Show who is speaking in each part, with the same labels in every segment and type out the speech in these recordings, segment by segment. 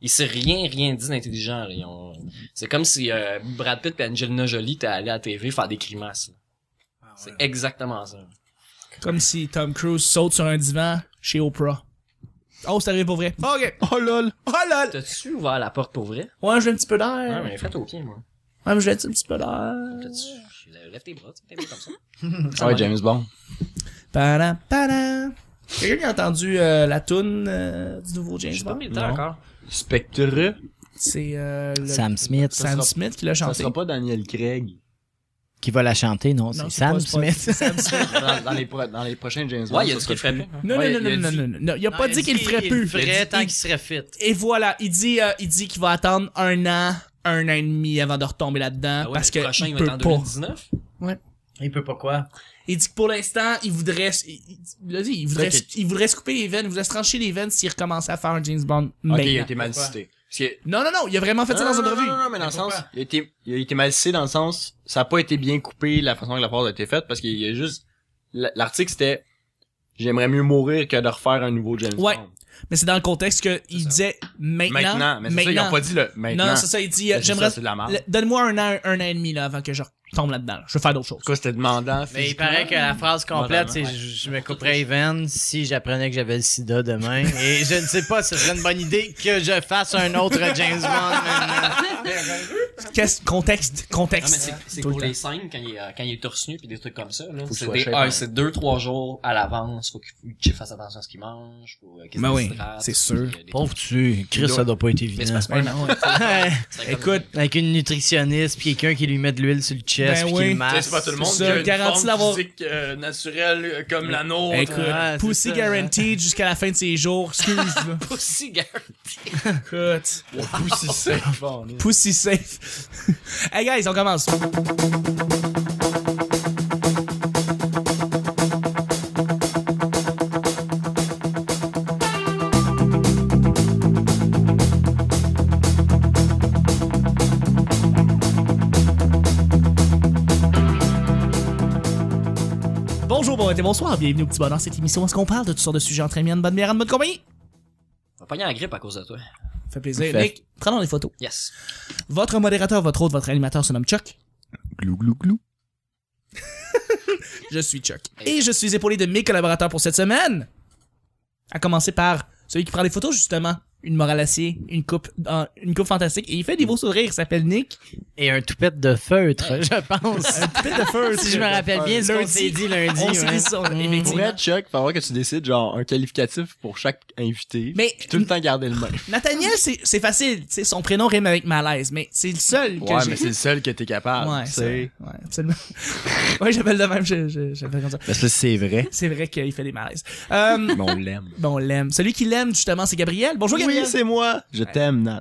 Speaker 1: Il s'est rien, rien dit d'intelligent. là. Ils ont- C'est comme si euh, Brad Pitt et Angelina Jolie étaient allés à la TV faire des grimaces. là.
Speaker 2: Ah,
Speaker 1: C'est
Speaker 2: ouais.
Speaker 1: exactement ça.
Speaker 2: Comme si Tom Cruise saute sur un divan chez Oprah. Oh, c'est arrivé pour vrai. Ok. Oh lol. Oh lol.
Speaker 1: T'as-tu ouvert la porte pour vrai?
Speaker 2: Ouais, j'ai un petit peu
Speaker 1: Ouais,
Speaker 2: d'air.
Speaker 1: mais fais au pied, moi.
Speaker 2: Ouais, mais j'ai un petit peu d'air.
Speaker 1: T'as-tu... euh, Lève tes bras, tu sais, tes bras comme ça.
Speaker 3: Ah ouais, James Bond.
Speaker 2: Padam, padam. Quelqu'un qui a entendu euh, la toune euh, du nouveau
Speaker 1: Je
Speaker 2: James
Speaker 1: suis pas
Speaker 2: Bond?
Speaker 1: militaire
Speaker 3: Non.
Speaker 1: encore.
Speaker 3: Spectre.
Speaker 2: C'est euh, le-
Speaker 4: Sam Smith
Speaker 2: Sam
Speaker 3: sera-
Speaker 2: Smith qui l'a
Speaker 3: Ça
Speaker 2: chanté.
Speaker 3: sera pas Daniel Craig.
Speaker 4: qui va la chanter, non,
Speaker 2: Non,
Speaker 4: c'est
Speaker 2: c'est
Speaker 4: Sam
Speaker 2: pas- c'est pas-
Speaker 4: Smith.
Speaker 2: Sam Smith.
Speaker 3: dans, dans les pro- dans les prochains James Bond.
Speaker 1: Ouais, il a
Speaker 3: ça
Speaker 1: dit
Speaker 3: sera
Speaker 1: qu'il ferait
Speaker 3: plus.
Speaker 1: plus.
Speaker 2: Non,
Speaker 3: Ouais,
Speaker 2: non, non,
Speaker 3: il a
Speaker 2: non,
Speaker 3: dit-
Speaker 2: non, non, non. Il a pas dit qu'il le ferait
Speaker 5: il
Speaker 2: plus.
Speaker 5: le ferait
Speaker 2: Il a dit-
Speaker 5: tant
Speaker 2: il-
Speaker 5: qu'il serait fit.
Speaker 2: Et voilà, il dit, euh, il dit qu'il va attendre un an, un an et demi avant de retomber là-dedans
Speaker 1: Ah ouais,
Speaker 2: parce que
Speaker 1: le prochain,
Speaker 2: il
Speaker 1: il va
Speaker 2: peut
Speaker 1: être
Speaker 2: pas.
Speaker 1: en 2019.
Speaker 5: Il peut pas quoi?
Speaker 2: Il dit que pour l'instant, il voudrait, s- il, il- il a dit, il voudrait,
Speaker 3: Ok.
Speaker 2: s- il voudrait se couper les veines, il voudrait se trancher les veines s'il recommençait à faire un James Bond
Speaker 3: Ok,
Speaker 2: maintenant.
Speaker 3: il a été mal cité. Parce que-
Speaker 2: Non, non, non, il a vraiment fait ça dans
Speaker 3: Non,
Speaker 2: une
Speaker 3: non,
Speaker 2: revue.
Speaker 3: Non, non, mais dans le
Speaker 5: pourquoi?
Speaker 3: sens, il a, été, il a été mal cité dans le sens, ça a pas été bien coupé la façon que la phrase a été faite parce qu'il y a juste, la- l'article c'était, j'aimerais mieux mourir que de refaire un nouveau James
Speaker 2: Ouais.
Speaker 3: Bond.
Speaker 2: Mais c'est dans le contexte que il
Speaker 3: ça.
Speaker 2: disait maintenant.
Speaker 3: Maintenant, mais c'est ça, ils ont pas dit le maintenant.
Speaker 2: Non, non, c'est ça, il dit, euh,
Speaker 3: Parce que
Speaker 2: j'aimerais,
Speaker 3: ça, C'est de la merde.
Speaker 2: le- donne-moi un an, un an et demi, là, avant que je tombe là-dedans, là. Je veux faire d'autres choses.
Speaker 3: Pourquoi c'était demandant?
Speaker 5: Mais il
Speaker 3: physiquement?
Speaker 5: paraît que la phrase complète,
Speaker 3: Moralement,
Speaker 5: c'est
Speaker 3: ouais.
Speaker 5: je, je me
Speaker 1: Pour toutes
Speaker 5: couperais
Speaker 1: les
Speaker 5: les veines si j'apprenais que j'avais le sida demain. Et je ne sais pas si ce serait une bonne idée que je fasse un autre James Bond.
Speaker 2: Qu'est-ce, contexte,
Speaker 1: Non, mais
Speaker 2: contexte.
Speaker 1: c'est, c'est
Speaker 2: Tout le
Speaker 1: pour
Speaker 2: temps.
Speaker 1: les scènes quand il, est, euh, quand il est torse nu pis des trucs comme ça, là.
Speaker 3: que
Speaker 1: C'est,
Speaker 3: soit
Speaker 1: des,
Speaker 3: shape,
Speaker 1: ah,
Speaker 3: hein.
Speaker 1: c'est deux, trois jours à l'avance. Faut qu'il qu'il fasse attention à ce qu'il mange. Faut, euh, qu'il
Speaker 2: Ben
Speaker 1: se
Speaker 2: oui,
Speaker 1: déshydrate,
Speaker 2: c'est
Speaker 1: puis,
Speaker 2: sûr.
Speaker 1: euh, des
Speaker 4: Pauvre tu, Chris, ça doit pas être
Speaker 1: Mais c'est
Speaker 4: évident.
Speaker 1: parce que- trucs-
Speaker 2: Écoute,
Speaker 4: Avec une nutritionniste, puis quelqu'un qui lui met de l'huile sur le chest,
Speaker 2: Ben
Speaker 4: puis qui
Speaker 2: oui.
Speaker 4: le
Speaker 3: Tu sais,
Speaker 4: masse.
Speaker 3: c'est pas tout le monde
Speaker 2: C'est
Speaker 3: qui
Speaker 2: ça,
Speaker 3: a une
Speaker 2: garantie
Speaker 3: forme
Speaker 2: d'avoir-
Speaker 3: physique euh, naturelle euh, comme la nôtre. hein.
Speaker 2: écoute,
Speaker 5: Ouais, c'est
Speaker 2: pussy
Speaker 5: ça.
Speaker 2: guaranteed jusqu'à la fin de ses jours, excuse, là.
Speaker 1: Pussy guarantee.
Speaker 2: Écoute.
Speaker 3: Poussy safe. Bon, là.
Speaker 2: Pussy safe. hey guys, on commence. Bonjour, bon été, bonsoir, bienvenue au petit bonheur. Cette émission, où est-ce qu'on parle de toutes sortes de sujets entre amis, en bonne bière, en bonne compagnie?
Speaker 1: On va pogner la grippe à cause de toi.
Speaker 2: Fait plaisir.
Speaker 3: Fait.
Speaker 2: Nick, prenons les photos.
Speaker 1: Yes.
Speaker 2: Votre modérateur, votre hôte, votre animateur se nomme Chuck.
Speaker 3: Glou, glou, glou.
Speaker 2: Je suis Chuck. Et je suis épaulé de mes collaborateurs pour cette semaine. À commencer par celui qui prend les photos, justement. Une morale acier, une coupe, euh, une coupe fantastique. Et il fait des beaux sourires. Il s'appelle Nick.
Speaker 4: Et un toupette de feutre, je pense.
Speaker 2: Un petit de feu.
Speaker 4: si je me rappelle bien ce qu'on
Speaker 2: Lundi.
Speaker 4: s'est dit lundi.
Speaker 2: On s'est
Speaker 4: ouais.
Speaker 2: dit ça, on-
Speaker 3: Pour
Speaker 2: effectivement.
Speaker 3: être choc, faut avoir que tu décides genre un qualificatif pour chaque invité.
Speaker 2: Mais-
Speaker 3: puis tout le temps garder le même.
Speaker 2: Nathaniel, c'est c'est facile. tu sais, son prénom rime avec malaise, mais c'est le seul que
Speaker 3: Ouais,
Speaker 2: j'ai.
Speaker 3: mais c'est le seul que t'es capable.
Speaker 2: Ouais,
Speaker 3: tu
Speaker 2: ça-
Speaker 3: sais.
Speaker 2: ouais, absolument. ouais, j'appelle de même. je- je- J'appelle comme ça.
Speaker 3: Parce que c'est vrai.
Speaker 2: C'est vrai qu'il fait des malaises. Euh,
Speaker 3: Mais on l'aime.
Speaker 2: bon, on l'aime. Celui qui l'aime, justement, c'est Gabriel. Bonjour,
Speaker 3: Oui,
Speaker 2: Gabriel.
Speaker 3: c'est moi. Je t'aime, Nat.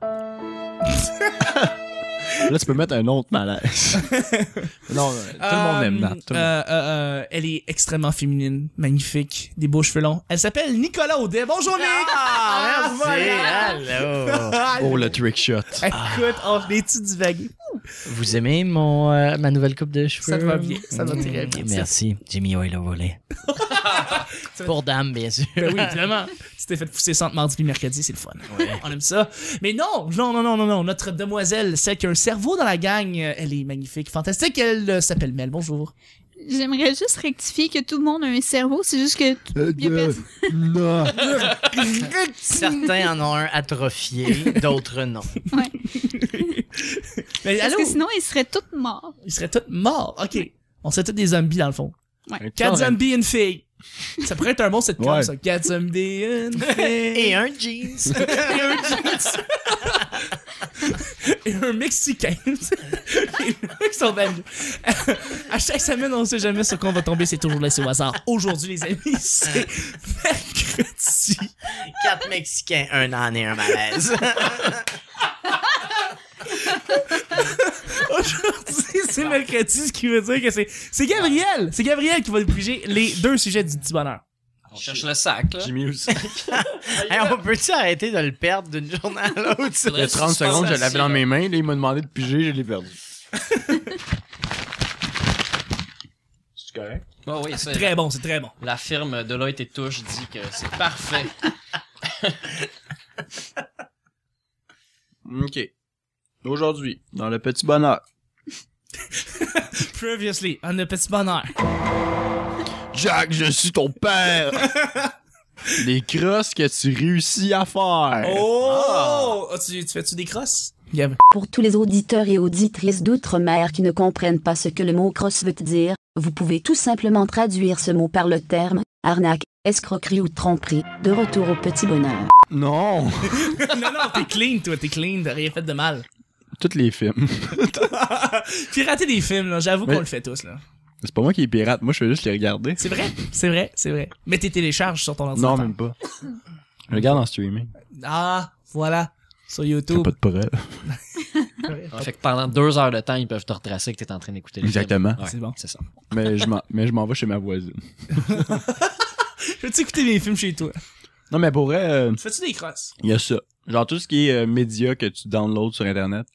Speaker 3: Là, tu peux mettre un autre malaise. non, euh, tout le monde
Speaker 2: Euh,
Speaker 3: aime Nat. tout le monde.
Speaker 2: euh, euh, euh, elle est extrêmement féminine, magnifique, des beaux cheveux longs. Elle s'appelle Nicolas Audet. Bonjour Nick!
Speaker 5: Ah, merci, allô.
Speaker 2: euh,
Speaker 3: Oh, le trick shot.
Speaker 5: Ah.
Speaker 2: Écoute, on est tu divagué?
Speaker 4: Vous aimez mon, euh, ma nouvelle coupe de cheveux?
Speaker 2: Ça te va bien, ça va
Speaker 4: Mmh,
Speaker 2: très bien.
Speaker 4: Merci. Jimmy Oil au volet. Pour dame, bien sûr.
Speaker 2: Ben oui, évidemment. tu t'es fait pousser centre mardi puis mercredi, c'est le fun. On aime ça. Mais non, non, non, non, non, non. Notre demoiselle, celle qui a un cerveau dans la gang, euh, elle est magnifique, fantastique. Elle euh, s'appelle Mel. Bonjour.
Speaker 6: J'aimerais juste rectifier que tout le monde a un cerveau, c'est juste que tout- il y a personne-
Speaker 3: Non.
Speaker 4: Certains en ont un atrophié, d'autres non.
Speaker 2: Mais
Speaker 6: parce
Speaker 2: allô?
Speaker 6: que sinon ils seraient tous morts.
Speaker 2: Ils seraient tous morts. OK. On serait tous des zombies dans le fond. Quatre
Speaker 3: Quatre
Speaker 2: zombies et une fille. Ça pourrait être un bon sitcom,
Speaker 3: Ouais.
Speaker 2: ça. Quatre zombies et une fille.
Speaker 4: Et un jeans.
Speaker 2: Et un jeans. Et un Mexicain. Et le mec s'en va. À chaque semaine, on sait jamais sur quoi on va tomber, c'est toujours laissé au hasard. Aujourd'hui, les amis, c'est mercredi.
Speaker 4: Quatre Mexicains, un en et un malaise.
Speaker 2: Aujourd'hui, c'est mercredi, ce qui veut dire que c'est, c'est Gabriel. C'est Gabriel qui va obliger les deux sujets du petit bonheur.
Speaker 1: On cherche le sac, là.
Speaker 3: Jimmy aussi.
Speaker 4: Hey, on peut-tu arrêter de le perdre d'une journée à l'autre? ça?
Speaker 3: Il y a 30 secondes, je l'avais dans mes mains. Là, il m'a demandé de piger, je l'ai perdu. C'est correct.
Speaker 1: Bon, oui, ça.
Speaker 2: Très bon, c'est très bon.
Speaker 1: La firme Deloitte et Touche dit que c'est parfait.
Speaker 3: OK. Aujourd'hui, dans le petit bonheur.
Speaker 2: Previously, on a petit bonheur.
Speaker 3: Jack, je suis ton père! Les crosses que tu réussis à faire.
Speaker 2: Oh!
Speaker 4: Ah.
Speaker 2: tu, tu fais-tu des crosses? Gab.
Speaker 7: Pour tous les auditeurs et auditrices d'outre-mer qui ne comprennent pas ce que le mot cross veut dire, vous pouvez tout simplement traduire ce mot par le terme arnaque, escroquerie ou tromperie. De retour au petit bonheur.
Speaker 3: Non!
Speaker 2: non, non, t'es clean, toi, t'es clean, t'as rien fait de mal.
Speaker 3: Toutes les films.
Speaker 2: Pirater des films, là, j'avoue
Speaker 3: Mais-
Speaker 2: qu'on le fait tous, là.
Speaker 3: C'est pas moi qui les pirate, moi je fais juste les regarder.
Speaker 2: C'est vrai, c'est vrai, c'est vrai. Mais t'es télécharges sur ton
Speaker 3: Non,
Speaker 2: ordinateur.
Speaker 3: même pas. Je regarde en streaming.
Speaker 2: Ah, voilà. Sur
Speaker 3: T'as
Speaker 2: YouTube.
Speaker 3: pas de preuve.
Speaker 5: Fait que pendant deux heures de temps, ils peuvent te retracer que t'es en train d'écouter le film.
Speaker 3: Exactement.
Speaker 5: Ouais,
Speaker 2: C'est bon.
Speaker 5: C'est ça.
Speaker 3: Mais je m'en- mais je m'en vais chez ma voisine.
Speaker 2: Veux-tu écouter des films chez toi?
Speaker 3: Non, mais pour vrai, euh,
Speaker 2: Fais-tu des crosses?
Speaker 3: Il y a ça. Genre tout ce qui est euh, média que tu downloads sur internet.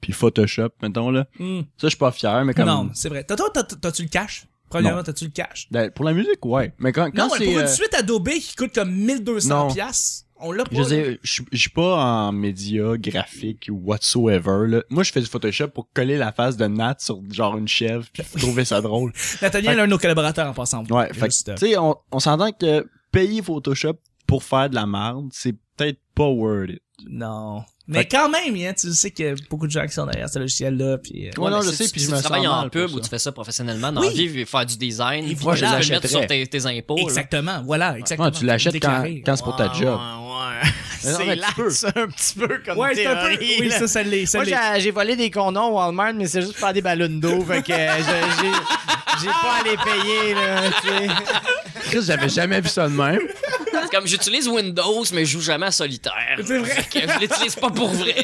Speaker 3: Puis Photoshop, mettons là.
Speaker 2: Hmm.
Speaker 3: Ça je suis pas fier, mais quand
Speaker 2: Non, c'est vrai. T'as, toi, t'as- t'as-tu le cash? Premièrement, t'as-tu le cash?
Speaker 3: Ben, Pour la musique, ouais. Mais quand, quand
Speaker 2: non, mais
Speaker 3: c'est.
Speaker 2: pour
Speaker 3: euh,
Speaker 2: une suite Adobe qui coûte comme 1200
Speaker 3: Non.
Speaker 2: piastres, on l'a pas.
Speaker 3: je veux
Speaker 2: là.
Speaker 3: dire, je suis- je suis pas en média graphique ou whatsoever. Là. Moi, je fais du Photoshop pour coller la face de Nat sur genre une chèvre, puis trouver ça drôle.
Speaker 2: Nathaniel, l'un de nos collaborateurs en passant.
Speaker 3: Ouais, fait
Speaker 2: Juste,
Speaker 3: que,
Speaker 2: euh,
Speaker 3: tu sais, on, on s'entend que payer Photoshop pour faire de la merde, c'est peut-être pas worth it.
Speaker 2: Non. Mais quand même, hein, tu sais qu'il y a beaucoup de gens qui sont derrière ce logiciel-là. Puis, euh,
Speaker 3: Ouais, non, je sais,
Speaker 1: si tu-
Speaker 3: puis je
Speaker 1: si
Speaker 3: me
Speaker 1: tu
Speaker 3: sens
Speaker 1: travailles en
Speaker 3: mal pour
Speaker 1: pub
Speaker 3: ça.
Speaker 1: ou tu fais ça professionnellement, dans
Speaker 2: Oui.
Speaker 1: la vie, je vais faire du design,
Speaker 2: Et
Speaker 1: puis
Speaker 2: voilà,
Speaker 1: tu peux
Speaker 3: je
Speaker 1: le mettre sur
Speaker 3: l'achèterais.
Speaker 1: tes, tes impôts. là.
Speaker 2: exactement, voilà, exactement.
Speaker 3: Oh, Ouais, tu l'achètes quand,
Speaker 2: Déclaré.
Speaker 3: quand c'est pour ta
Speaker 4: Ouais,
Speaker 3: job.
Speaker 4: Ouais, ouais.
Speaker 3: Mais non,
Speaker 4: C'est
Speaker 3: mais tu
Speaker 4: là,
Speaker 3: peux.
Speaker 4: c'est un petit peu comme
Speaker 2: Ouais, c'est un peu.
Speaker 4: théorie.
Speaker 2: Oui,
Speaker 4: là.
Speaker 2: ça, ça l'est. Ça
Speaker 4: Moi,
Speaker 2: l'est.
Speaker 4: j'ai- j'ai volé des condoms au Walmart, mais c'est juste pour faire des ballons d'eau. Fait que euh, je- j'ai j'ai pas à les payer, là. tu sais.
Speaker 3: Chris, j'avais jamais vu ça de même.
Speaker 1: C'est Comme j'utilise Windows, mais je joue jamais à solitaire.
Speaker 2: C'est vrai.
Speaker 1: Fait que Je l'utilise pas pour vrai.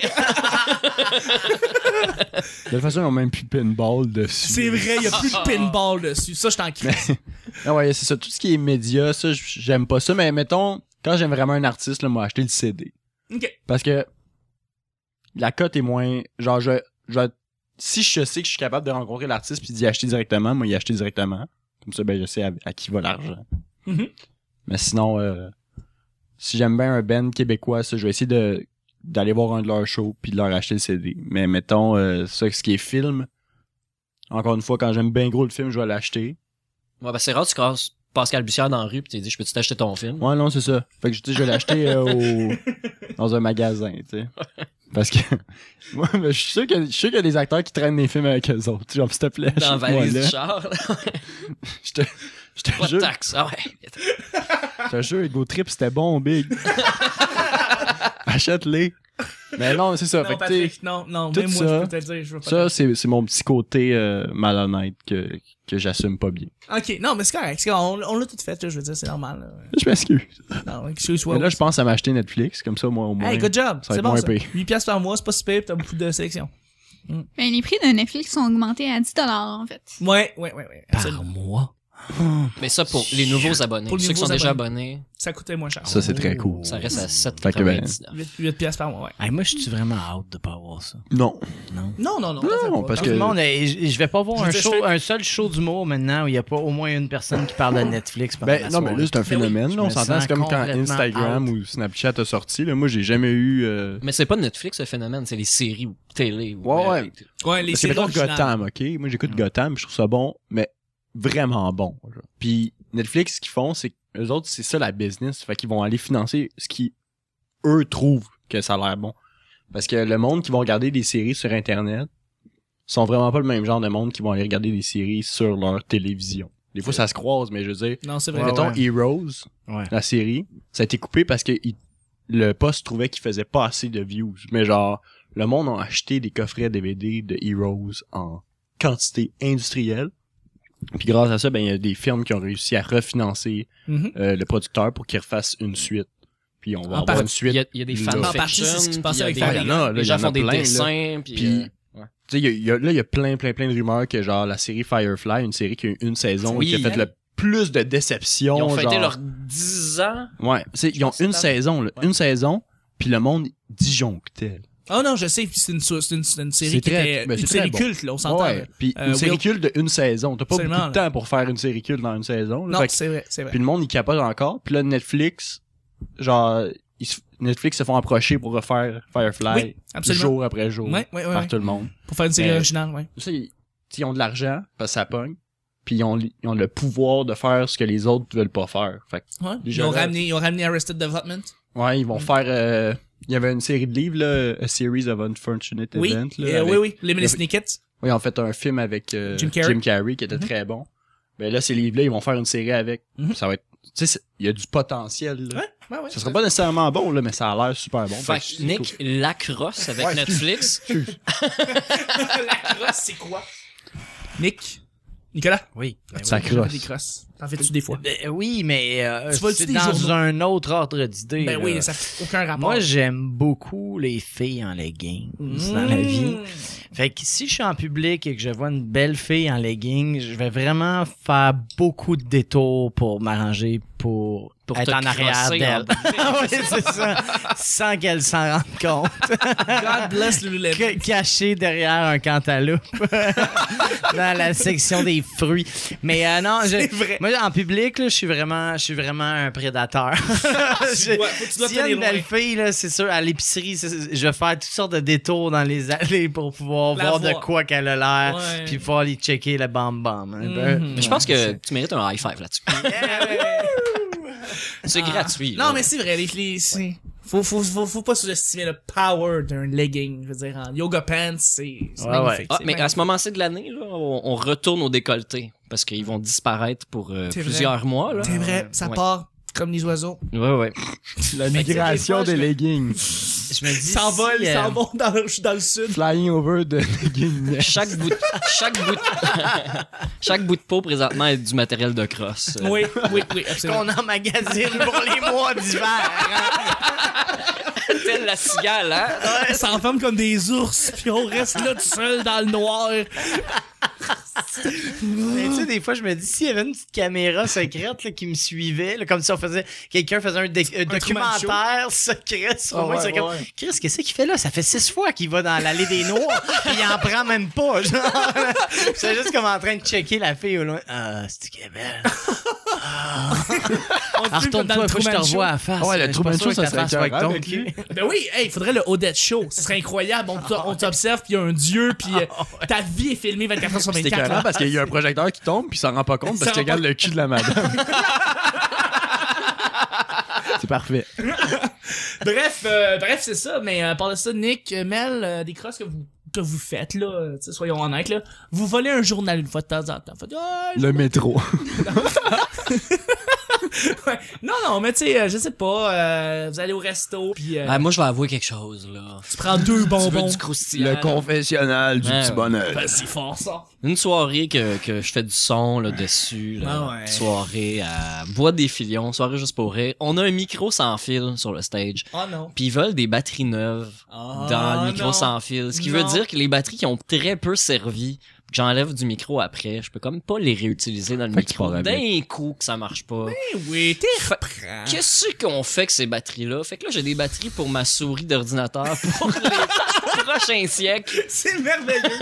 Speaker 3: De toute façon, ils ont même plus de pinball dessus.
Speaker 2: C'est vrai, il n'y a plus de
Speaker 4: Ah.
Speaker 2: pinball dessus. Ça, je t'en crie.
Speaker 3: Ah ouais, c'est ça. Tout ce qui est média, ça, j- j'aime pas ça. Mais mettons, quand j'aime vraiment un artiste, là, moi, acheter le CD.
Speaker 2: Ok.
Speaker 3: Parce que la cote est moins. Genre, je, je, si je sais que je suis capable de rencontrer l'artiste puis d'y acheter directement, moi, y acheter directement. Comme ça, ben, je sais à, à qui va l'argent.
Speaker 2: Mhm.
Speaker 3: Mais sinon, euh, si j'aime bien un band québécois, ça, je vais essayer de d'aller voir un de leurs shows puis de leur acheter le CD. Mais mettons, euh, ça, ce qui est film, encore une fois, quand j'aime bien gros le film, je vais l'acheter.
Speaker 1: Ouais, ben c'est rare, tu crosses Pascal Bussière dans la rue, puis tu dis, je peux-tu t'acheter ton film?
Speaker 3: Ouais, non, c'est ça. Fait que tu sais, je vais l'acheter euh, au... dans un magasin, tu sais. Parce que moi, mais je suis sûr que- je suis sûr qu'il y a des acteurs qui traînent des films avec eux autres. Genre, s'il te plaît,
Speaker 1: Dans la
Speaker 3: achète-moi
Speaker 1: valise
Speaker 3: là.
Speaker 1: du char, là.
Speaker 3: Je te, je te
Speaker 1: pas de
Speaker 3: jure,
Speaker 1: taxe. Ah ouais.
Speaker 3: je te jure, Ego Trip, c'était bon, Big. Achète-les. Mais non, c'est
Speaker 2: Non,
Speaker 3: ça. fait que, tu sais,
Speaker 2: Patrick, non, non,
Speaker 3: tout
Speaker 2: même moi,
Speaker 3: ça-
Speaker 2: je peux te le dire, je veux pas.
Speaker 3: ça, c'est c'est mon petit côté euh, malhonnête que, que j'assume pas bien.
Speaker 2: te- Ok, non, mais c'est correct. c'est correct, On, on l'a tout fait, là, je veux dire, c'est normal.
Speaker 3: Je m'excuse.
Speaker 2: là. Non, excuse-moi.
Speaker 3: Mais là, je pense à m'acheter Netflix, comme ça, moi, au moins.
Speaker 2: Hey, good job.
Speaker 3: Ça va
Speaker 2: C'est
Speaker 3: être
Speaker 2: bon,
Speaker 3: moins
Speaker 2: ça.
Speaker 3: pire.
Speaker 2: 8 piastres par mois, c'est pas super, pis t'as beaucoup de sélection.
Speaker 6: Ben, les prix de Netflix sont augmentés à 10 en fait.
Speaker 2: Ouais, ouais, ouais, ouais. absolument.
Speaker 5: mois.
Speaker 1: Mais ça, pour les nouveaux abonnés.
Speaker 2: Pour les
Speaker 1: ceux qui sont
Speaker 2: nouveaux
Speaker 1: déjà abonnés,
Speaker 2: Ça coûtait moins cher.
Speaker 3: Ça, c'est très cool.
Speaker 1: ça reste à 7
Speaker 3: Fait que ben-
Speaker 2: 8, piastres par mois, ouais.
Speaker 5: Hey, moi, je suis vraiment hâte de pas avoir ça.
Speaker 3: Non.
Speaker 2: Non, non, non.
Speaker 3: Non,
Speaker 2: t'en fais pas. T'en
Speaker 3: parce
Speaker 2: fais
Speaker 3: que-
Speaker 4: Tout
Speaker 2: pas.
Speaker 4: le monde, est- je, je vais pas
Speaker 2: Je
Speaker 4: voir
Speaker 2: veux
Speaker 4: un,
Speaker 2: dire,
Speaker 4: show-
Speaker 2: je fais-
Speaker 4: un seul show d'humour maintenant où il n'y a pas au moins une personne qui parle de Netflix pendant la
Speaker 3: Ben, non, mais
Speaker 4: soirée.
Speaker 3: là, c'est un phénomène.
Speaker 4: oui,
Speaker 3: là, on
Speaker 4: je me
Speaker 3: s'entend,
Speaker 4: sens
Speaker 3: c'est comme quand
Speaker 4: complètement
Speaker 3: Instagram
Speaker 4: out.
Speaker 3: ou Snapchat a sorti. Là, moi, j'ai jamais eu. Euh...
Speaker 1: Mais c'est pas Netflix, le phénomène. C'est les séries ou télé. ou- euh,
Speaker 3: Ouais, ouais.
Speaker 2: Ouais, les
Speaker 3: Parce que,
Speaker 2: séries
Speaker 3: mettons,
Speaker 2: originales.
Speaker 3: Gotham, OK? Moi, j'écoute
Speaker 4: Mm.
Speaker 3: Gotham, je trouve ça bon, mais vraiment bon. genre. Puis Netflix, ce qu'ils font, c'est eux autres, c'est ça la business. Fait qu'ils vont aller financer ce qui eux trouvent que ça a l'air bon. Parce que le monde qui va regarder des séries sur Internet sont vraiment pas le même genre de monde qui vont aller regarder des séries sur leur télévision. Des fois, ça se croise, mais je veux dire,
Speaker 2: Non, c'est vrai.
Speaker 4: Ouais,
Speaker 3: mettons Heroes,
Speaker 4: Ouais.
Speaker 3: la série, ça a été coupé parce que il- le poste trouvait qu'il faisait pas assez de views. Mais genre, le monde a acheté des coffrets DVD de Heroes en quantité industrielle. Puis grâce à ça, ben il y a des firmes qui ont réussi à refinancer
Speaker 2: Mhm.
Speaker 3: euh, le producteur pour qu'il refasse une suite. Puis on va
Speaker 2: En
Speaker 3: avoir
Speaker 2: partie-
Speaker 3: une
Speaker 1: Il
Speaker 3: suite.
Speaker 1: y a, il y a des
Speaker 3: Là.
Speaker 1: fans
Speaker 2: En partie, c'est ce qui se passait avec Family
Speaker 3: Guy. Là, là,
Speaker 1: Les
Speaker 3: il y en
Speaker 1: gens
Speaker 3: a
Speaker 1: font des
Speaker 3: plein, là.
Speaker 1: dessins,
Speaker 3: Puis-
Speaker 1: puis... euh, ouais.
Speaker 3: Tu sais, il y a- il y a- là, il y a plein, plein, plein de rumeurs que genre la série Firefly, une série qui a eu une saison
Speaker 1: Oui,
Speaker 3: et qui a fait
Speaker 1: hein.
Speaker 3: le plus de déceptions.
Speaker 1: Ils ont fêté
Speaker 3: genre-
Speaker 1: leurs 10 ans.
Speaker 3: Ouais, c'est- ils ont
Speaker 1: Je sais
Speaker 3: une
Speaker 1: pas.
Speaker 3: saison, là,
Speaker 1: Ouais.
Speaker 3: une saison, puis le monde disjonctait.
Speaker 2: Oh non, je sais, puis c'est une, sou- c'est une, c'est une série
Speaker 3: C'est
Speaker 2: qui
Speaker 3: très-
Speaker 2: était
Speaker 3: ben, c'est
Speaker 2: une série
Speaker 3: très bon.
Speaker 2: culte, là, on s'entend. là.
Speaker 3: Ouais, puis
Speaker 2: Euh,
Speaker 3: une
Speaker 2: Will-
Speaker 3: série culte de une saison. T'as pas beaucoup
Speaker 2: Absolument,
Speaker 3: de temps pour faire une série culte dans une saison. là.
Speaker 2: Non,
Speaker 3: Fait que-
Speaker 2: c'est vrai, c'est vrai.
Speaker 3: puis le monde, il capote encore. Puis là, Netflix, genre, il se- Netflix se font approcher pour refaire Firefly
Speaker 2: Oui, absolument.
Speaker 3: jour après jour
Speaker 2: Ouais, ouais, ouais,
Speaker 3: par
Speaker 2: ouais.
Speaker 3: tout le monde.
Speaker 2: Pour faire une série
Speaker 3: Euh,
Speaker 2: originale, ouais.
Speaker 3: Ça, ils, t'sais, ils ont de l'argent parce que ça pogne, puis ils ont, li- ils ont le pouvoir de faire ce que les autres veulent pas faire. Fait que,
Speaker 2: ouais. Ils,
Speaker 3: déjà
Speaker 2: ont
Speaker 3: là-
Speaker 2: ramené, ils ont ramené Arrested Development.
Speaker 3: ouais,
Speaker 2: Mm.
Speaker 3: ils vont faire. euh, il y avait une série de livres, là, A Series of Unfortunate
Speaker 2: Oui,
Speaker 3: Events. là,
Speaker 2: euh,
Speaker 3: avec-
Speaker 2: oui, oui. Lemony
Speaker 3: avec-
Speaker 2: Snicket.
Speaker 3: Oui, en fait, un film avec euh,
Speaker 2: Jim
Speaker 3: Jim,
Speaker 2: Carrey.
Speaker 3: Carrey. qui était
Speaker 2: Mhm.
Speaker 3: très bon. Ben là, ces livres-là, ils vont faire une série avec.
Speaker 2: Mhm.
Speaker 3: Ça va être. Tu sais, c'est- il y a du potentiel. Là.
Speaker 2: Ouais, ouais, ouais.
Speaker 3: Ça sera pas nécessairement bon, là, mais ça a l'air super bon.
Speaker 1: Fait
Speaker 3: Fait
Speaker 1: que
Speaker 3: que-
Speaker 1: Nick Lacrosse avec
Speaker 3: Ouais,
Speaker 1: Netflix.
Speaker 2: La crosse, c'est quoi? Nick. Nicolas.
Speaker 5: Oui. ben oui.
Speaker 3: Ça
Speaker 2: T'en fais des
Speaker 3: crosse.
Speaker 2: crosses. T'en fais-tu des fois?
Speaker 5: Ben oui, mais euh,
Speaker 2: Tu voles-tu
Speaker 5: c'est
Speaker 2: des
Speaker 5: dans
Speaker 2: journaux?
Speaker 5: un autre ordre d'idée.
Speaker 2: Ben oui,
Speaker 5: là.
Speaker 2: ça n'a aucun rapport.
Speaker 5: Moi, j'aime beaucoup les filles en leggings dans
Speaker 2: Mmh.
Speaker 5: la vie. Fait que si je suis en public et que je vois une belle fille en leggings, je vais vraiment faire beaucoup de détours pour m'arranger pour,
Speaker 1: Pour
Speaker 5: être
Speaker 1: te
Speaker 5: en arrière
Speaker 1: crosser
Speaker 5: d'elle. Ah
Speaker 1: en
Speaker 5: oui, c'est ça. Sans qu'elle s'en rende compte.
Speaker 2: God bless Lululemon.
Speaker 5: Que- Caché derrière un cantaloupe. dans la section des fruits. Mais euh, non, je,
Speaker 2: C'est vrai.
Speaker 5: moi, en public, là, je suis vraiment, je suis vraiment un prédateur.
Speaker 2: Tu dois- faut que tu dois
Speaker 5: S'il y a
Speaker 2: tenir
Speaker 5: une belle
Speaker 2: loin.
Speaker 5: fille, là, c'est sûr, à l'épicerie, c'est- je vais faire toutes sortes de détours dans les allées pour pouvoir
Speaker 2: La
Speaker 5: voir de
Speaker 2: voir.
Speaker 5: quoi qu'elle a l'air,
Speaker 2: Ouais.
Speaker 5: puis pouvoir aller checker le bam-bam. hein. Ben,
Speaker 2: Mhm.
Speaker 1: Mais je pense que tu mérites un high five là-dessus. C'est
Speaker 2: Ah.
Speaker 1: gratuit. là.
Speaker 2: Non, mais c'est vrai, les filles, c'est... Faut, faut, faut, faut pas sous-estimer le power d'un legging. Je veux dire, en yoga pants, c'est c'est
Speaker 5: Ouais, ouais.
Speaker 2: magnifique.
Speaker 1: Ah,
Speaker 2: c'est
Speaker 1: mais à
Speaker 2: magnifique.
Speaker 1: ce moment-ci de l'année, là, on, on retourne au décolleté parce qu'ils vont disparaître pour euh,
Speaker 2: C'est vrai.
Speaker 1: plusieurs mois. Là.
Speaker 2: C'est vrai, ça
Speaker 1: Ouais.
Speaker 2: part comme les oiseaux.
Speaker 1: Ouais, ouais.
Speaker 3: La
Speaker 2: Fait que
Speaker 3: migration
Speaker 2: des fois,
Speaker 3: des
Speaker 2: je
Speaker 3: leggings.
Speaker 5: Je me dis.
Speaker 2: S'envolent,
Speaker 5: si,
Speaker 2: ils
Speaker 5: euh,
Speaker 2: s'en vont dans le, dans le sud.
Speaker 3: Flying over de leggings.
Speaker 1: Chaque bout, de- chaque bout, de- chaque bout de peau présentement est du matériel de crosse. Euh,
Speaker 2: Oui, oui, oui, absolument.
Speaker 5: Qu'on emmagasine pour les mois d'hiver.
Speaker 1: Telle la cigale, hein?
Speaker 2: Ils s'enferment comme des ours, puis on reste là tout seul dans le noir.
Speaker 5: Mais tu sais, des fois, je me dis, s'il y avait une petite caméra secrète là, qui me suivait, là, comme si on faisait, quelqu'un faisait un, doc- un Ah documentaire secret sur moi, c'est comme, Chris, qu'est-ce qu'il fait là? Ça fait six fois qu'il va dans l'allée des Noirs, pis il en prend même pas, genre. C'est juste comme en train de checker la fille au loin. Ah, c'est du belle.
Speaker 2: On
Speaker 5: Ah,
Speaker 2: filme comme dans le
Speaker 5: retourne-toi, faut que je te
Speaker 2: Truman Show.
Speaker 5: revoie à la face.
Speaker 3: Ah ouais, le
Speaker 5: Je suis
Speaker 3: Truman
Speaker 5: pas sûr
Speaker 3: Show,
Speaker 5: que
Speaker 3: ça
Speaker 5: ta
Speaker 3: serait
Speaker 5: face va être
Speaker 3: écœurant,
Speaker 5: ton cul.
Speaker 2: Ben oui, hey, faudrait le Odette Show. Ce serait incroyable. On t- On t'observe, puis il y a un dieu, puis euh, ta vie est filmée 24 heures sur
Speaker 3: C'est
Speaker 2: 24.
Speaker 3: écœurant
Speaker 2: là.
Speaker 3: parce qu'il y a un projecteur qui tombe puis il s'en rend pas compte
Speaker 2: Ça
Speaker 3: parce qu'il
Speaker 2: rend
Speaker 3: regarde le cul de la madame. c'est parfait.
Speaker 2: bref, euh, bref, c'est ça. Mais euh, par de ça, Nick, euh, Mel, euh, des crosses que vous que vous faites là, euh, tu sais, soyons honnêtes là, vous volez un journal une fois de temps en temps. Faites, Ah,
Speaker 3: Le métro.
Speaker 2: ouais. Non, non, mais tu sais, euh, je sais pas, euh, vous allez au resto, puis euh,
Speaker 1: Ah, moi, je vais avouer quelque chose, là.
Speaker 2: tu prends deux
Speaker 1: Tu veux
Speaker 2: bonbons.
Speaker 1: du croustillant.
Speaker 3: Le
Speaker 1: là?
Speaker 3: confessionnal du
Speaker 1: Ouais.
Speaker 3: petit bonheur.
Speaker 2: Ben, c'est fort ça.
Speaker 1: Une soirée que, que je fais du son là, dessus. Là,
Speaker 2: Ah ouais.
Speaker 1: Soirée à Bois des Filions, soirée juste pour rire. On a un micro sans fil sur le stage.
Speaker 2: Oh non.
Speaker 1: Puis ils veulent des batteries neuves
Speaker 2: Ah,
Speaker 1: dans le micro
Speaker 2: non.
Speaker 1: sans fil. Ce qui
Speaker 2: Non.
Speaker 1: veut dire que les batteries qui ont très peu servi, que j'enlève du micro après, je peux comme pas les réutiliser dans le
Speaker 3: Fait que tu
Speaker 1: micro.
Speaker 3: pars avec.
Speaker 1: D'un coup que ça marche pas.
Speaker 2: Eh oui, t'es
Speaker 1: Fait- Qu'est-ce qu'on fait que ces batteries-là? Fait que là, j'ai des batteries pour ma souris d'ordinateur pour les prochains siècles.
Speaker 2: c'est merveilleux.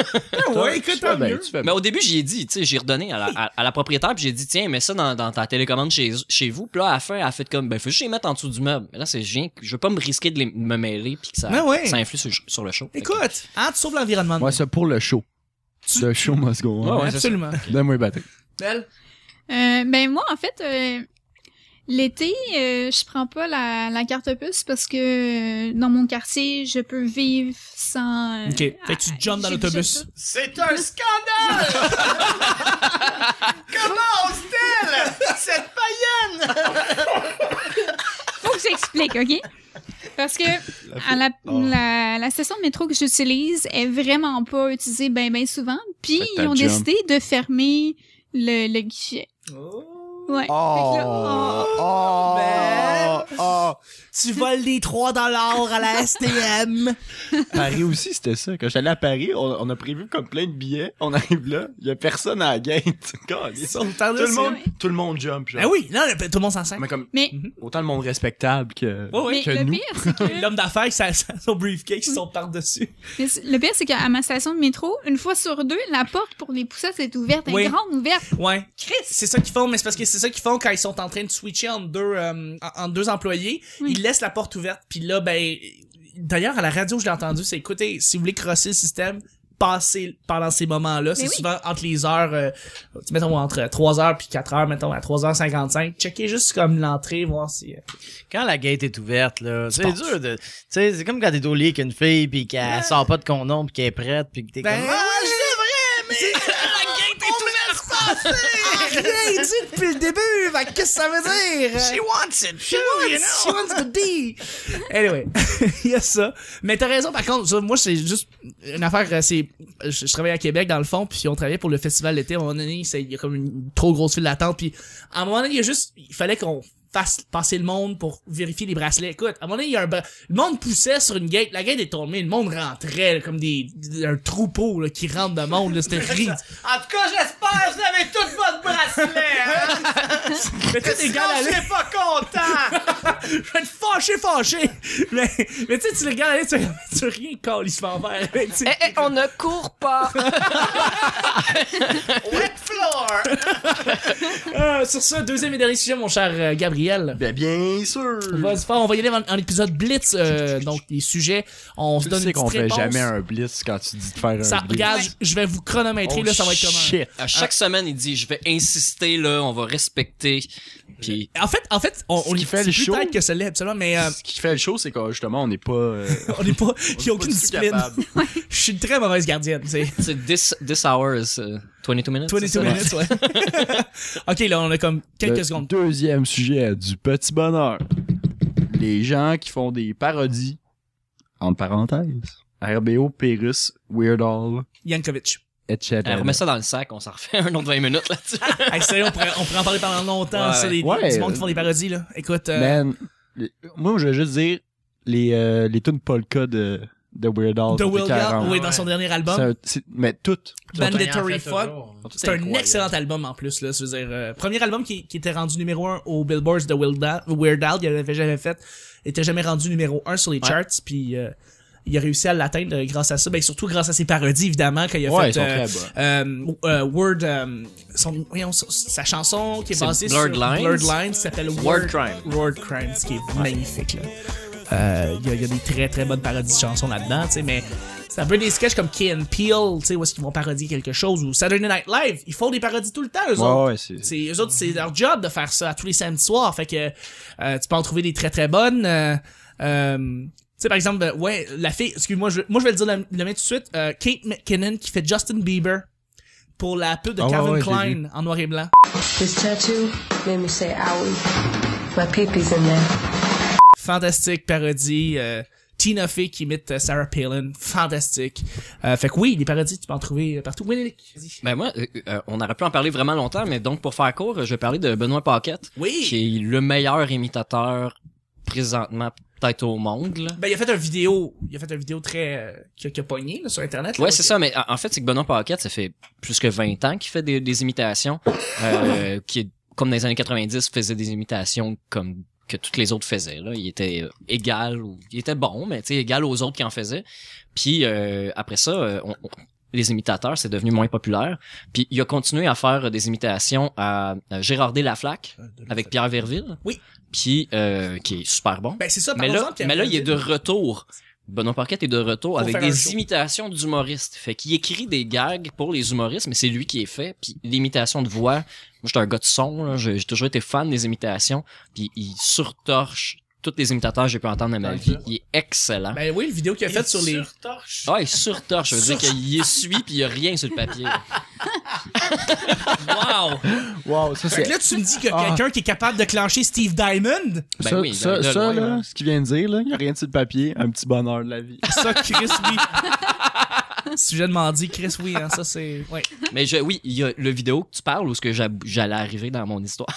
Speaker 2: Ah ouais, écoute,
Speaker 3: Tu fais
Speaker 2: tant
Speaker 3: bien,
Speaker 2: mieux.
Speaker 3: ben, tu fais
Speaker 1: Mais
Speaker 3: bien.
Speaker 1: au début, j'y ai dit, tu sais, j'ai redonné à la, à, à la propriétaire, puis j'ai dit, tiens, mets ça dans, dans ta télécommande chez, chez vous. Puis là, à la fin, elle a fait comme, ben, faut juste les mettre en dessous du meuble. Mais là, c'est génial. Je veux pas me risquer de les- me mêler, puis que ça,
Speaker 2: Ah ouais.
Speaker 1: ça influe sur, sur le show. Fait que-
Speaker 2: Écoute, hein, tu sauves l'environnement.
Speaker 3: Ouais, c'est pour le show.
Speaker 2: Tu-
Speaker 3: Le show must go on.
Speaker 1: ouais, c'est
Speaker 2: Absolument.
Speaker 3: Donne-moi les batteries.
Speaker 2: Belle.
Speaker 6: Euh, ben moi, en fait, euh, l'été, euh, je prends pas la, la carte puce parce que euh, dans mon quartier, je peux vivre sans... euh,
Speaker 2: Ok. Fait que tu
Speaker 6: ah,
Speaker 2: jumps dans
Speaker 6: j'ai
Speaker 2: l'autobus.
Speaker 6: déjà ça.
Speaker 5: C'est un scandale! Comment ose-t-elle? Cette
Speaker 6: Faut que j'explique, OK? Parce que à la,
Speaker 3: Oh.
Speaker 6: la, la station de métro que j'utilise est vraiment pas utilisée bien ben souvent. Puis
Speaker 3: Fait que ta
Speaker 6: ils ont
Speaker 3: jump.
Speaker 6: décidé de fermer le, le guichet.
Speaker 2: Oh.
Speaker 6: Ouais. Fait que
Speaker 3: Ah!
Speaker 6: là, oh.
Speaker 2: Ben.
Speaker 3: Ah!
Speaker 2: Tu voles des 3 dollars à la STM.
Speaker 3: Paris aussi, c'était ça. Quand j'allais à Paris, on, on a prévu comme plein de billets. On arrive là, il y a personne à la gate. Calisse.
Speaker 2: Tout
Speaker 3: tout le monde, tout le monde jump. Genre.
Speaker 2: Ben oui, là, le- tout le monde s'en sert.
Speaker 3: Mais comme
Speaker 6: Mais,
Speaker 3: autant le monde respectable que,
Speaker 2: Ouais, ouais.
Speaker 6: mais
Speaker 3: que
Speaker 6: le
Speaker 3: nous.
Speaker 6: pire, c'est que...
Speaker 2: L'homme d'affaires qui a son briefcase, ils sont par-dessus.
Speaker 6: Mais c- le pire, c'est qu'à ma station de métro, une fois sur deux, la porte pour les poussettes est ouverte, elle
Speaker 2: Oui.
Speaker 6: est grande ouverte.
Speaker 2: Ouais.
Speaker 6: Chris!
Speaker 2: C'est ça qu'ils font, mais c'est parce que c'est ça qu'ils font quand ils sont en train de switcher entre deux, euh, en- entre deux employés,
Speaker 6: Oui.
Speaker 2: ils laissent la porte ouverte, puis là, ben, d'ailleurs, à la radio, je l'ai entendu, c'est écoutez, si vous voulez crosser le système, passez pendant ces moments-là. C'est
Speaker 6: oui.
Speaker 2: souvent entre les heures, euh, mettons, entre 3h puis 4h, mettons, à 3h55. Checkez juste comme l'entrée, voir si... euh,
Speaker 5: Quand la gate est ouverte, là, c'est
Speaker 2: penses?
Speaker 5: dur de. Tu sais, c'est comme quand t'es au lit avec une fille, puis qu'elle sort pas de condom, puis qu'elle est prête, puis que t'es
Speaker 2: Ben,
Speaker 5: comme.
Speaker 2: ouais,
Speaker 5: Ah,
Speaker 2: rien dit depuis le début, fait que qu'est-ce que ça veut dire?
Speaker 5: She wants it! She
Speaker 2: She wants- she wants to be. Anyway, il y a ça. Mais t'as raison, par contre, ça, moi, c'est juste une affaire, euh, c'est, je, je travaillais à Québec, dans le fond, puis on travaillait pour le festival d'été. À un moment donné, c'est- il y a comme une trop grosse file d'attente, puis à un moment donné, il y a juste, il fallait qu'on fasse passer le monde pour vérifier les bracelets. Écoute, à un moment donné, il y a un bra- le monde poussait sur une gate, la gate est tombée, le monde rentrait, là, comme des, un troupeau, là, qui rentre de monde, là, c'était ridicule.
Speaker 5: En tout cas, j'espère que vous avez tout votre bracelet! Hein?
Speaker 2: Mais tous les gars allaient-
Speaker 5: serais pas content!
Speaker 2: je vais être fâché, fâché! Mais, mais tu sais, tu le regardes aller, tu fais, Mais tu veux rien, colle, il se fait en vert. Mais tu sais,
Speaker 8: Eh, eh, on ne court pas.
Speaker 5: Wet floor!
Speaker 1: eh.
Speaker 2: euh, sur ça, deuxième et dernier sujet, mon cher euh, Gabriel.
Speaker 3: Ben, bien sûr!
Speaker 2: On va, se faire- on va y aller en, en épisode Blitz, euh, donc les sujets. On se
Speaker 3: Tu
Speaker 2: donne
Speaker 3: sais
Speaker 2: une
Speaker 3: qu'on
Speaker 2: petite
Speaker 3: fait
Speaker 2: réponse.
Speaker 3: jamais un blitz quand tu dis de faire
Speaker 2: Ça,
Speaker 3: un blitz. Oh,
Speaker 2: regarde, je- je vais vous chronométrer, là, ça va être comment.
Speaker 3: Shit!
Speaker 1: À
Speaker 2: ah.
Speaker 1: chaque semaine, il dit, je vais insister, là, on va respecter. Puis,
Speaker 2: En fait, en fait, on,
Speaker 3: Ce
Speaker 2: on
Speaker 3: qui
Speaker 2: y
Speaker 3: fait
Speaker 2: fait
Speaker 3: le show.
Speaker 2: Peut-être que ça l'est, absolument, mais euh,
Speaker 3: Ce qui fait le show, c'est que justement, on n'est pas. euh,
Speaker 2: on n'est pas.
Speaker 3: on
Speaker 2: Il n'y a
Speaker 3: n'est pas
Speaker 2: aucune
Speaker 3: du tout
Speaker 2: discipline.
Speaker 3: capable.
Speaker 2: Je suis une très mauvaise gardienne, tu sais.
Speaker 1: tu sais, this, this hour is euh, 22 minutes. c'est
Speaker 2: 22
Speaker 1: ça?
Speaker 2: minutes, ouais. ok, là, on a comme quelques
Speaker 3: Le
Speaker 2: secondes.
Speaker 3: Deuxième sujet du petit bonheur. Les gens qui font des parodies, entre parenthèses, RBO, Pérus, Weird Al,
Speaker 2: Yankovic.
Speaker 3: etc.
Speaker 1: Ouais. Euh, remets ça dans le sac, on s'en refait un autre 20 minutes là-dessus.
Speaker 2: Hey, sérieux, on pourrait, on pourrait en parler pendant longtemps,
Speaker 1: Ouais.
Speaker 2: ça, les,
Speaker 3: Ouais.
Speaker 2: du monde qui font des parodies, là. Écoute, euh,
Speaker 3: Man, les- moi, je veux juste dire, les, euh, les tunes polka de, de Weird Al.
Speaker 2: The
Speaker 3: c'était
Speaker 2: Will
Speaker 3: carrément-
Speaker 2: Gall, oui, dans son dernier album,
Speaker 3: C'est un- c'est- mais toutes.
Speaker 2: Mandatory Fuck. C'est un
Speaker 3: incroyable.
Speaker 2: excellent album en plus, là. Je veux dire, euh, premier album qui, qui était rendu numéro un au Billboard de Will Da- Weird Al, il l'avait jamais fait, il était jamais rendu numéro un sur les charts, puis euh, il a réussi à l'atteindre euh, grâce à ça, ben surtout grâce à ses parodies évidemment quand il a
Speaker 3: Ouais, ils
Speaker 2: fait
Speaker 3: sont
Speaker 2: euh,
Speaker 3: très bons.
Speaker 2: euh, euh, Word, euh, son, voyons, sa- sa chanson qui est
Speaker 1: C'est
Speaker 2: basée
Speaker 1: Blurred
Speaker 2: sur
Speaker 1: Lines.
Speaker 2: Blurred Lines, qui s'appelle Word,
Speaker 1: Crime.
Speaker 2: Word Crime, ce qui est magnifique là. Euh, Il y, a- il y a des très très bonnes parodies de chansons là-dedans, tu sais, mais c'est un peu des sketchs comme Key and Peele, tu sais, où est-ce qu'ils vont parodier quelque chose, ou Saturday Night Live, ils font des parodies tout le temps, eux
Speaker 3: Ouais,
Speaker 2: autres.
Speaker 3: ouais, c'est.
Speaker 2: C'est, eux autres, c'est leur job de faire ça à tous les samedis soirs, fait que euh, tu peux en trouver des très très bonnes. euh, euh, tu sais, par exemple, euh, ouais, la fille, excuse-moi, je, moi je vais le dire le, le main tout de suite, euh, Kate McKinnon qui fait Justin Bieber pour la pub de
Speaker 3: Ah ouais,
Speaker 2: Calvin
Speaker 3: ouais, j'ai
Speaker 2: Klein en noir et blanc.
Speaker 9: This tattoo made me say owie. My peepee's in there.
Speaker 2: fantastique parodie. euh, Tina Fey qui imite euh, Sarah Palin, fantastique. Euh, fait que oui, les parodies, tu peux en trouver euh, partout. Oui, Nick, vas-y.
Speaker 1: Ben moi, euh, euh, on aurait pu en parler vraiment longtemps, mais donc pour faire court, je vais parler de Benoît Paquette,
Speaker 2: Oui!
Speaker 1: qui est le meilleur imitateur présentement peut-être au monde. Là.
Speaker 2: Ben, il a fait un vidéo, il a fait un vidéo très, euh, qui a, qui a pogné, là, sur Internet. là.
Speaker 1: Ouais, c'est ça, mais en en fait, c'est que Benoît Paquette, ça fait plus que 20 ans qu'il fait des, des imitations, euh, qui, est- comme dans les années 90, faisait des imitations comme que toutes les autres faisaient. Là. Il était euh, égal, ou il était bon, mais tu sais, égal aux autres qui en faisaient. Puis euh, après ça, euh, on- on- les imitateurs, c'est devenu moins populaire. Puis il a continué à faire euh, des imitations à, à Gérard D. Laflaque,
Speaker 2: euh,
Speaker 1: avec Pierre Verville.
Speaker 2: Oui.
Speaker 1: Puis, euh, qui est super bon.
Speaker 2: Ben, c'est ça,
Speaker 1: Mais là,
Speaker 2: parlons-en, puis
Speaker 1: mais là,
Speaker 2: après,
Speaker 1: il est de retour. Benoît Paquette est de retour avec
Speaker 2: faire un show.
Speaker 1: des imitations d'humoristes. Fait qu'il écrit des gags pour les humoristes, mais c'est lui qui les fait. Puis l'imitation de voix, moi j'étais un gars de son, là. j'ai j'ai toujours été fan des imitations. Puis il surtorche tous les imitateurs que j'ai pu entendre de ma vie. Il est excellent.
Speaker 2: Ben oui, le vidéo qu'il a fait sur les...
Speaker 1: Ah, il surtorche, ça veut dire
Speaker 2: Sur-
Speaker 1: qu'il essuie puis il y a rien sur le papier.
Speaker 2: Wow!
Speaker 3: Wow, ça,
Speaker 2: fait
Speaker 3: c'est.
Speaker 2: que là, tu me dis qu'il y a
Speaker 3: Ah.
Speaker 2: quelqu'un qui est capable de clencher Steve Diamond?
Speaker 1: Ben
Speaker 3: ça,
Speaker 1: oui,
Speaker 3: ça,
Speaker 1: ben, là, loin,
Speaker 3: ça, là, ce qu'il vient de dire, là, il n'y a rien sur le papier, un petit bonheur de la vie.
Speaker 2: Ça, Chris, oui. Sujet de mardi, Chris, oui, hein, ça, c'est... Ouais.
Speaker 1: Mais je, oui, il y a le vidéo que tu parles où ce que j'ab- j'allais arriver dans mon histoire.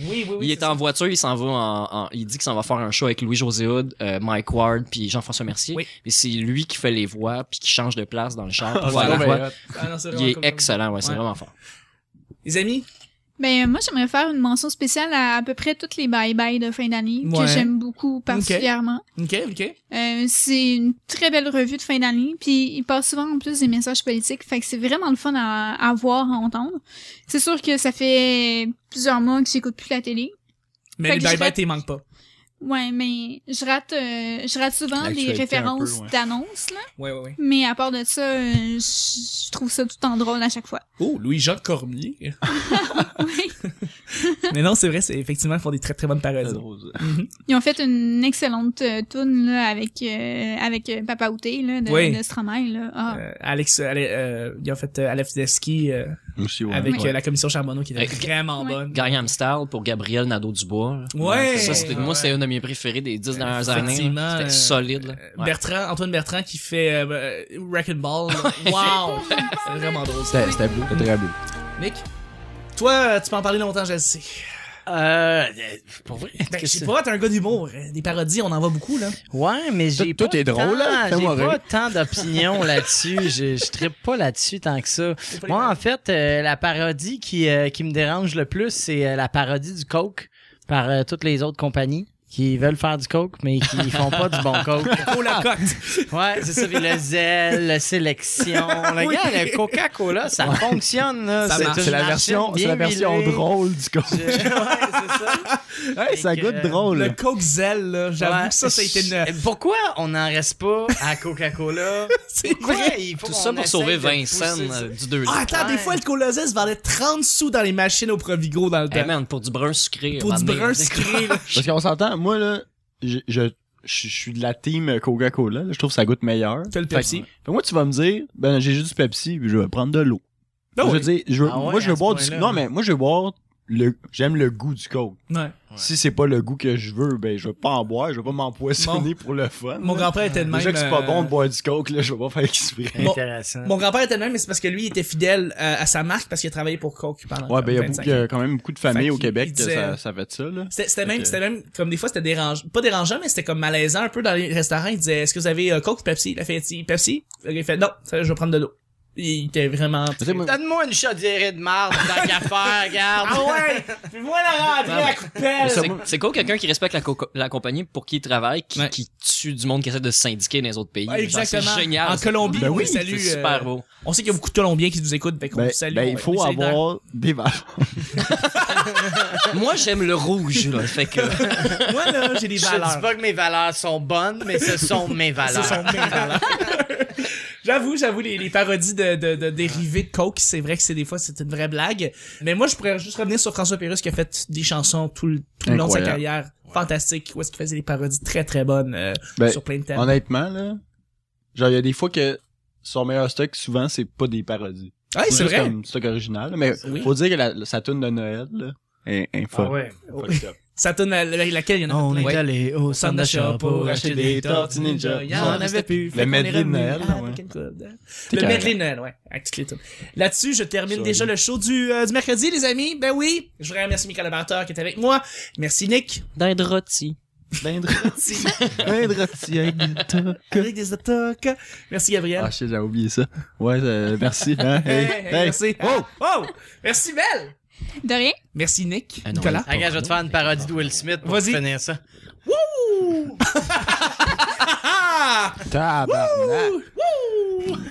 Speaker 2: Oui, oui, oui.
Speaker 1: il est en voiture, il s'en va en, en- il dit qu'il s'en va faire un show avec Louis José Hood, euh, Mike Ward puis Jean-François Mercier.
Speaker 2: Oui.
Speaker 1: Puis c'est lui qui fait les voix puis qui change de place dans le char. pour
Speaker 3: Ah,
Speaker 1: faire
Speaker 3: non,
Speaker 1: la
Speaker 3: mais,
Speaker 1: voix.
Speaker 3: euh,
Speaker 2: Ah, non, c'est
Speaker 1: Il
Speaker 2: vraiment
Speaker 1: est
Speaker 2: comme-
Speaker 1: excellent, ouais, c'est
Speaker 2: Ouais.
Speaker 1: vraiment fort.
Speaker 2: Les amis,
Speaker 6: Ben, moi, j'aimerais faire une mention spéciale à à peu près toutes les bye-bye de fin d'année
Speaker 2: Ouais.
Speaker 6: que j'aime beaucoup particulièrement.
Speaker 2: OK, OK.
Speaker 6: Euh, c'est une très belle revue de fin d'année, puis il passe souvent en plus des messages politiques, fait que c'est vraiment le fun à, à voir, à entendre. C'est sûr que ça fait plusieurs mois que j'écoute plus la télé.
Speaker 2: Mais
Speaker 6: Fait
Speaker 2: les
Speaker 6: que je
Speaker 2: bye-bye,
Speaker 6: serais-
Speaker 2: t'es manques pas.
Speaker 6: Ouais, mais je rate, euh, je rate souvent des
Speaker 3: L'actualité un
Speaker 6: références
Speaker 3: peu, ouais.
Speaker 6: d'annonces, là.
Speaker 2: Ouais, ouais, ouais.
Speaker 6: Mais à part de ça, euh, je je trouve ça tout le temps drôle à chaque fois.
Speaker 2: Oh, Louis-Jean Cormier.
Speaker 6: Oui.
Speaker 2: Mais non, c'est vrai, c'est effectivement, ils font des très très bonnes parodies.
Speaker 6: Ils ont fait une excellente euh, toune, là, avec, euh, avec euh, Papa Outé, là, de,
Speaker 2: Oui.
Speaker 6: de Stromae, là. Ah.
Speaker 2: Euh, Alex, euh, Ale- euh, ils ont fait euh, Aleph Deski euh,
Speaker 3: Aussi, ouais.
Speaker 2: avec
Speaker 1: Ouais.
Speaker 2: euh, la commission Charbonneau qui était
Speaker 1: Ouais.
Speaker 2: vraiment
Speaker 6: Ouais.
Speaker 2: bonne.
Speaker 1: Gangnam Style pour Gabriel Nadeau-Dubois. là.
Speaker 2: Ouais.
Speaker 1: Ça, c'était,
Speaker 2: Ouais.
Speaker 1: moi, c'est un de mes préférés des dix dernières années.
Speaker 2: Effectivement,
Speaker 1: là. C'était
Speaker 2: euh,
Speaker 1: solide, là. Ouais.
Speaker 2: Bertrand, Antoine Bertrand qui fait euh, euh, Wreck and Ball. wow! C'est vraiment drôle. ça.
Speaker 3: C'était c'était beau, c'était très beau.
Speaker 2: Mick, toi, euh, tu peux en parler longtemps, je le sais.
Speaker 5: Euh, euh, pour vrai.
Speaker 2: Ben, je
Speaker 5: qu'est-ce
Speaker 2: sais
Speaker 5: que-
Speaker 2: pas, t'es un gars d'humour. euh, Des parodies, on en voit beaucoup, là.
Speaker 5: Ouais, mais j'ai
Speaker 3: Tout-
Speaker 5: pas
Speaker 3: tout est drôle, là.
Speaker 5: tant- J'ai
Speaker 3: Fais-moi
Speaker 5: pas
Speaker 3: rire.
Speaker 5: tant d'opinions là-dessus. Je, je trippe pas là-dessus tant que ça.
Speaker 2: pas les
Speaker 5: Moi, en fait, euh, la parodie qui, euh, qui me dérange le plus, c'est euh, la parodie du Coke par euh, toutes les autres compagnies qui veulent faire du Coke, mais qui font pas du bon Coke.
Speaker 2: Oh, la cote!
Speaker 5: Ouais, c'est ça. Puis le zèle, la sélection. Le
Speaker 2: Oui.
Speaker 5: gars, le Coca-Cola, ça fonctionne. là.
Speaker 2: Ça
Speaker 5: C'est
Speaker 2: marche.
Speaker 5: une
Speaker 3: C'est la
Speaker 5: machine
Speaker 3: version, c'est la
Speaker 5: bien
Speaker 3: version
Speaker 5: huilée.
Speaker 3: drôle du coup.
Speaker 5: Je- Ouais, c'est ça.
Speaker 3: Hey, ça
Speaker 5: que-
Speaker 3: goûte drôle.
Speaker 2: Le Coke Zelle, là. J'avoue
Speaker 5: Ouais.
Speaker 2: que ça, ça a été une...
Speaker 5: Pourquoi on n'en reste pas à Coca-Cola?
Speaker 2: C'est
Speaker 5: Pourquoi
Speaker 2: vrai!
Speaker 5: il faut
Speaker 1: Tout ça
Speaker 5: qu'on
Speaker 1: pour
Speaker 5: essaye
Speaker 1: sauver
Speaker 5: de
Speaker 1: 20
Speaker 5: pousser
Speaker 1: cents
Speaker 5: ça?
Speaker 1: euh, du 2
Speaker 2: Ah, attends, des
Speaker 5: Ouais.
Speaker 2: fois, le Cola Zelle se vendait 30 sous dans les machines au Provigo dans le
Speaker 3: Eh,
Speaker 2: temps.
Speaker 1: Hey Eh, man, pour du brun sucré.
Speaker 2: Ah, pour
Speaker 1: à un
Speaker 2: du
Speaker 1: moment donné,
Speaker 2: brun
Speaker 1: on
Speaker 2: sucré, là.
Speaker 3: Parce qu'on s'entend, moi là, je, je, je- je suis de la team Coca-Cola, là. je trouve que ça goûte meilleur.
Speaker 2: T'as le
Speaker 3: Fait que-
Speaker 2: Pepsi.
Speaker 3: fait que moi tu vas me dire, ben j'ai juste du Pepsi, puis je vais prendre de l'eau.
Speaker 2: Ah
Speaker 3: je veux
Speaker 2: oui.
Speaker 3: dire, je veux-
Speaker 5: Ah ouais,
Speaker 3: moi je
Speaker 5: à
Speaker 3: veux
Speaker 5: ce
Speaker 3: boire du
Speaker 5: point-là.
Speaker 3: Non mais moi je veux boire le j'aime le goût du Coke.
Speaker 2: Ouais.
Speaker 3: Si c'est pas le goût que je veux, ben je vais pas en boire, je vais pas m'empoisonner pour le fun.
Speaker 2: Mon
Speaker 3: là.
Speaker 2: grand-père était de même.
Speaker 3: Déjà que c'est pas
Speaker 2: euh,
Speaker 3: bon de boire du Coke, là, je vais pas faire exprès.
Speaker 2: Bon.
Speaker 5: Intéressant.
Speaker 2: Mon grand-père était de même, mais c'est parce que lui, il était fidèle euh, à sa marque parce qu'il a travaillé pour Coke pendant
Speaker 3: Ouais, ben il y a
Speaker 2: 25
Speaker 3: beaucoup- il y
Speaker 2: ans.
Speaker 3: a quand même beaucoup de familles
Speaker 2: Fait
Speaker 3: au
Speaker 2: qu'il-
Speaker 3: Québec
Speaker 2: il
Speaker 3: que
Speaker 2: disait-
Speaker 3: ça, ça fait ça, là.
Speaker 2: C'était c'était même,
Speaker 3: Ok.
Speaker 2: c'était même, comme des fois, c'était dérangeant, pas dérangeant, mais c'était comme malaisant un peu dans les restaurants. Il disait, est-ce que vous avez euh, Coke ou Pepsi? Il a fait, Si, Pepsi? Il a fait, non, ça, je vais prendre de l'eau. Il était vraiment...
Speaker 3: Tu sais, moi-
Speaker 5: Donne-moi une chaudière de marde dans l'affaire, regarde.
Speaker 2: Ah ouais! Puis moi, la rentrée à coupelle!
Speaker 1: C'est- C'est cool quelqu'un qui respecte la, co- la compagnie pour qui il travaille, qui,
Speaker 2: Ouais.
Speaker 1: qui tue du monde qui essaie de se syndiquer dans les autres pays.
Speaker 2: Ouais,
Speaker 1: Genre,
Speaker 2: exactement.
Speaker 1: C'est génial.
Speaker 2: En
Speaker 1: ça.
Speaker 2: Colombie,
Speaker 3: Ben
Speaker 2: on
Speaker 3: oui,
Speaker 2: les salue,
Speaker 1: c'est
Speaker 2: euh,
Speaker 1: super beau.
Speaker 2: On sait qu'il y a beaucoup de Colombiens qui nous écoutent, ben qu'on
Speaker 3: Ben,
Speaker 2: les salue.
Speaker 3: ben,
Speaker 2: on
Speaker 3: il
Speaker 2: est
Speaker 3: faut
Speaker 2: solidaires.
Speaker 3: avoir des valeurs.
Speaker 1: Moi, j'aime le rouge, là. Fait que,
Speaker 2: Moi, là, j'ai des
Speaker 5: Je
Speaker 2: valeurs.
Speaker 5: dis pas que mes valeurs sont bonnes, mais ce sont mes
Speaker 2: Ce
Speaker 5: valeurs.
Speaker 2: sont mes valeurs. J'avoue, j'avoue, les, les parodies de, de, de dérivés de Coke, c'est vrai que c'est des fois, c'est une vraie blague. Mais moi, je pourrais juste revenir sur François Pérus qui a fait des chansons tout le, tout le long de sa
Speaker 3: Incroyable.
Speaker 2: carrière. Fantastique. Où est-ce qu'il faisait des parodies très très bonnes euh,
Speaker 3: Ben,
Speaker 2: sur plein de thèmes.
Speaker 3: Honnêtement, là, genre, il y a des fois que son meilleur stock, souvent, c'est pas des parodies.
Speaker 2: Ouais, c'est
Speaker 3: juste
Speaker 2: vrai.
Speaker 3: comme stock original. là, Mais
Speaker 2: Oui.
Speaker 3: faut dire que la, sa tune de Noël, là, Ah est, est fuck- fucked up.
Speaker 2: Oh. Ça tourne à- la- laquelle il y en a
Speaker 5: On
Speaker 2: plein.
Speaker 5: est allé au centre d'achat pour acheter des
Speaker 2: tortillas
Speaker 5: tortillas
Speaker 3: ninja.
Speaker 2: Il y en avait plus.
Speaker 3: Le medley de Noël, là, ouais.
Speaker 2: Ah, Le
Speaker 3: carré.
Speaker 2: medley de Noël, ouais. avec toutes les tunes. Là-dessus, je termine déjà le show du, euh, du mercredi, les amis. Ben oui, je voudrais remercier mes collaborateurs qui étaient avec moi. Merci Nick.
Speaker 1: d'être rôti.
Speaker 2: Ben,
Speaker 3: D'Indre- D'Indre- Tiagita.
Speaker 2: Avec des attaques. Merci Gabriel.
Speaker 3: Ah, shit, j'avais oublié ça. Ouais, euh, merci. hein, hey,
Speaker 2: Hey, hey,
Speaker 3: hey.
Speaker 2: Merci.
Speaker 3: Oh!
Speaker 2: Oh! Merci Belle.
Speaker 6: De rien.
Speaker 2: Merci Nick.
Speaker 1: Ah non,
Speaker 2: Nicolas.
Speaker 5: Regarde, je vais te faire une parodie de Will Smith pour
Speaker 2: Vas-y.
Speaker 5: finir ça.
Speaker 2: Ah!
Speaker 3: Tabarnak.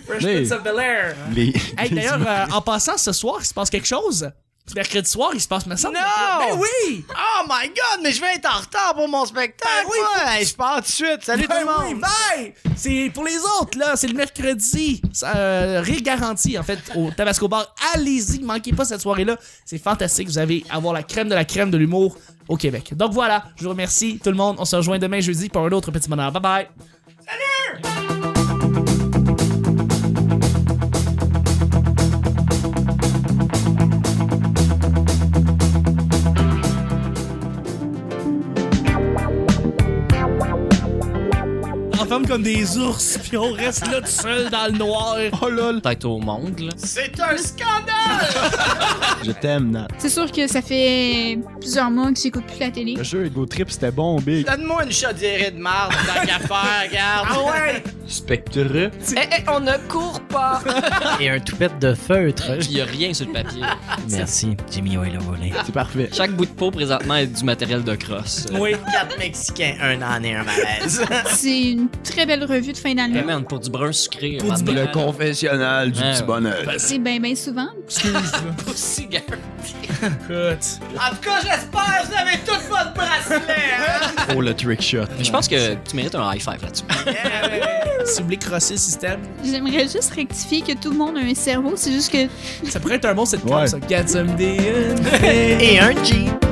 Speaker 2: Fresh
Speaker 3: Hey.
Speaker 2: Prince of Bel-Air.
Speaker 3: Les-
Speaker 2: Hey,
Speaker 3: les-
Speaker 2: d'ailleurs, euh, en passant, ce soir, il se passe quelque chose. C'est Mercredi soir, il se passe, me semble. Ben oui!
Speaker 5: Oh my god, mais je vais être en retard pour mon spectacle.
Speaker 2: Ben oui,
Speaker 5: moi. Hey, je pars tout de suite. Salut
Speaker 2: Ben
Speaker 5: tout le
Speaker 2: oui,
Speaker 5: monde.
Speaker 2: bye! C'est pour les autres, là. C'est le mercredi. Ça, euh, rire garanti, en fait, au Tabasco Bar. Allez-y, manquez pas cette soirée-là. C'est fantastique. Vous allez avoir la crème de la crème de l'humour au Québec. Donc voilà, je vous remercie tout le monde. On se rejoint demain jeudi pour un autre petit bonheur. Bye bye! On ferme comme des ours, puis on reste là tout seul dans le noir.
Speaker 3: Oh lol.
Speaker 1: Peut-être au monde, là.
Speaker 5: C'est un scandale.
Speaker 3: Je t'aime, Nat.
Speaker 6: C'est sûr que ça fait plusieurs mois que j'écoute plus la télé.
Speaker 3: Le jeu Ego Trip, c'était bon, Big.
Speaker 5: Donne-moi une chaudière de marde dans l'affaire, regarde. Ah ouais.
Speaker 3: Spectre.
Speaker 8: on ne court pas.
Speaker 5: Et un toupette de feutre.
Speaker 1: Il y a rien sur le papier.
Speaker 5: Merci, Jimmy Oil volé.
Speaker 3: C'est parfait.
Speaker 1: Chaque bout de peau, présentement, est du matériel de crosse.
Speaker 2: Oui.
Speaker 5: Ah, Quatre Mexicains, un en et un malaise.
Speaker 6: C'est une très belle revue de fin d'année.
Speaker 1: Hey man, pour du brun sucré.
Speaker 2: Pour
Speaker 1: à un
Speaker 2: du
Speaker 1: moment
Speaker 3: Le
Speaker 1: donné,
Speaker 3: confessionnal du
Speaker 2: Ah.
Speaker 1: Ouais.
Speaker 3: petit bonheur.
Speaker 6: C'est bien, bien souvent.
Speaker 2: Excuse, là.
Speaker 1: Pussy
Speaker 2: Écoute.
Speaker 5: En tout cas, j'espère que vous avez tout votre bracelet. hein?
Speaker 3: Oh, le trick shot.
Speaker 1: Je pense que tu mérites un high five là-dessus.
Speaker 2: Si vous voulez crosser le système,
Speaker 6: J'aimerais juste rectifier que tout le monde a un cerveau, c'est juste que
Speaker 2: ça pourrait être un bon cette
Speaker 3: Ouais.
Speaker 2: ça. Get some day.
Speaker 5: Et un jean.